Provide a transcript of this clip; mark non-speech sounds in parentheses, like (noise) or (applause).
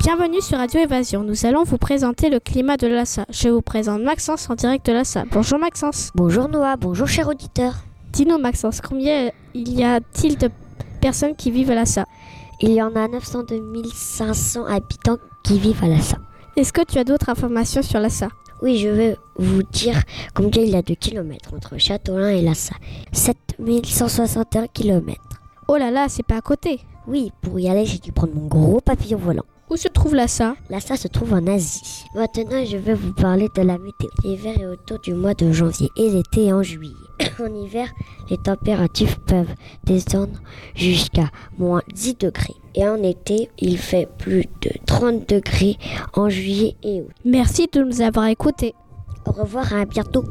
Bienvenue sur Radio Évasion. Nous allons vous présenter le climat de Lhasa. Je vous présente Maxence en direct de Lhasa. Bonjour Maxence. Bonjour Noah, bonjour cher auditeur. Dis-nous Maxence, combien il y a-t-il de personnes qui vivent à Lhasa Il y en a 902 500 habitants qui vivent à Lhasa. Est-ce que tu as d'autres informations sur Lhasa Oui, je vais vous dire combien il y a de kilomètres entre Châteaulin et Lhasa. 7161 kilomètres. Oh là là, c'est pas à côté. Oui, pour y aller, j'ai dû prendre mon gros papillon volant. Où se trouve Lhasa Lhasa se trouve en Asie. Maintenant, je vais vous parler de la météo. L'hiver est autour du mois de janvier et l'été est en juillet. (coughs) en hiver, les températures peuvent descendre jusqu'à moins 10 degrés. Et en été, il fait plus de 30 degrés en juillet et août. Merci de nous avoir écoutés. Au revoir et à bientôt.